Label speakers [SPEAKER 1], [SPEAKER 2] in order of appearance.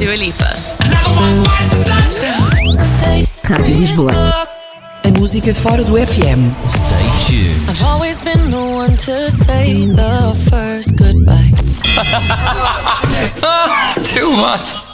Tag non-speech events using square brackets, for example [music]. [SPEAKER 1] Dua Lipa.
[SPEAKER 2] Rádio Lisboa.
[SPEAKER 3] A música fora do FM.
[SPEAKER 4] Stay tuned.
[SPEAKER 5] I've always been the one to say the first goodbye.
[SPEAKER 6] [laughs] It's too much.